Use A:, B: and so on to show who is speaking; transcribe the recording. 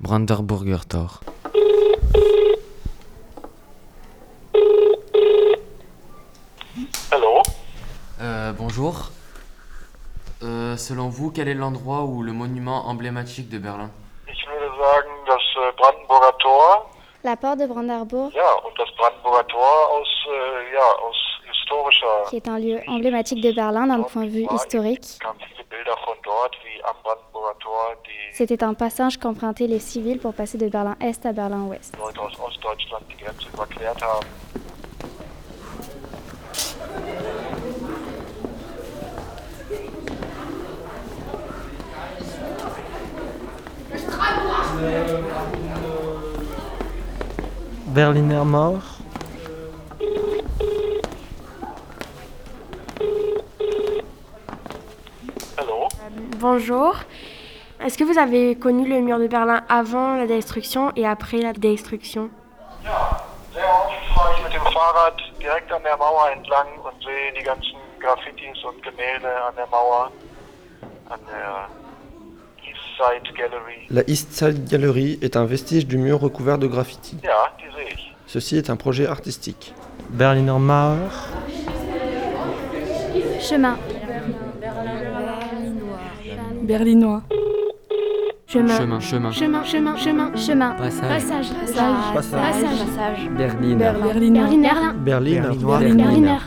A: Brandenburger Tor.
B: Allô
A: Euh, bonjour. Euh, selon vous, quel est l'endroit ou le monument emblématique de Berlin
B: Ich würde sagen, das äh, Brandenburger Tor.
C: La porte de Brandenburg,
B: Ja, und das Brandenburger Tor aus, äh, ja, aus historischer.
C: qui est un lieu emblématique de Berlin d'un point de vue historique.
B: Es kamen viele Bilder von dort, wie am Brandenburger Tor die
C: C'était un passage qu'empruntaient les civils pour passer de Berlin-Est à Berlin-Ouest.
B: Leute aus Ostdeutschland die Grenze überquert haben.
D: Berliner Mauer,
B: Hallo?
E: Bonjour. Est-ce que vous avez connu le mur de Berlin avant la destruction et après la destruction
B: Ja, sehr oft fahre ich mit dem Fahrrad direkt an der Mauer entlang und sehe die ganzen Graffitis und Gemälde an der Mauer, an der East Side Gallery.
F: La East Side Gallery est un vestige du mur recouvert de graffiti.
B: Ja, die sehe ich.
F: Ceci est un projet artistique.
D: Berliner Mauer,
C: Chemin.
G: Berlinois.
A: Chemin, chemin,
C: Chemin, chemin, chemin, chemin.
A: passage,
C: Passage, passage, passage.
G: Berlinois.
C: Berliner.
F: Berlin,
C: Berliner.